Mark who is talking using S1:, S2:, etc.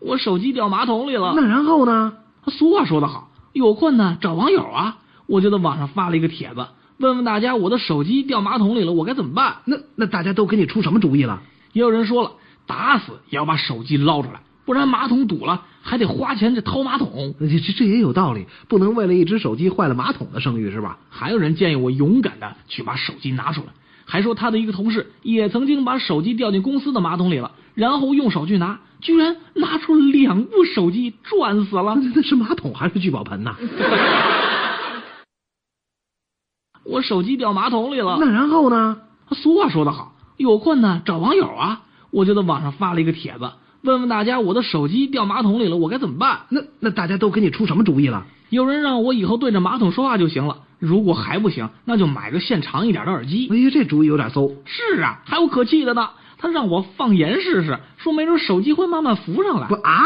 S1: 我手机掉马桶里了。
S2: 那然后呢？
S1: 俗话说得好，有困难找网友啊。我就在网上发了一个帖子，问问大家我的手机掉马桶里了，我该怎么办？
S2: 那那大家都给你出什么主意了？
S1: 也有人说了，打死也要把手机捞出来，不然马桶堵了还得花钱去掏马桶。
S2: 这这这也有道理，不能为了一只手机坏了马桶的声誉是吧？
S1: 还有人建议我勇敢的去把手机拿出来，还说他的一个同事也曾经把手机掉进公司的马桶里了，然后用手去拿，居然拿出两部手机，赚死了
S2: 那。那是马桶还是聚宝盆呐？
S1: 我手机掉马桶里了。
S2: 那然后呢？
S1: 俗话说得好，有困难找网友啊。我就在网上发了一个帖子，问问大家我的手机掉马桶里了，我该怎么办？
S2: 那那大家都给你出什么主意了？
S1: 有人让我以后对着马桶说话就行了，如果还不行，那就买个线长一点的耳机。
S2: 哎呀，这主意有点馊。
S1: 是啊，还有可气的呢，他让我放盐试试，说没准手机会慢慢浮上来
S2: 不。啊？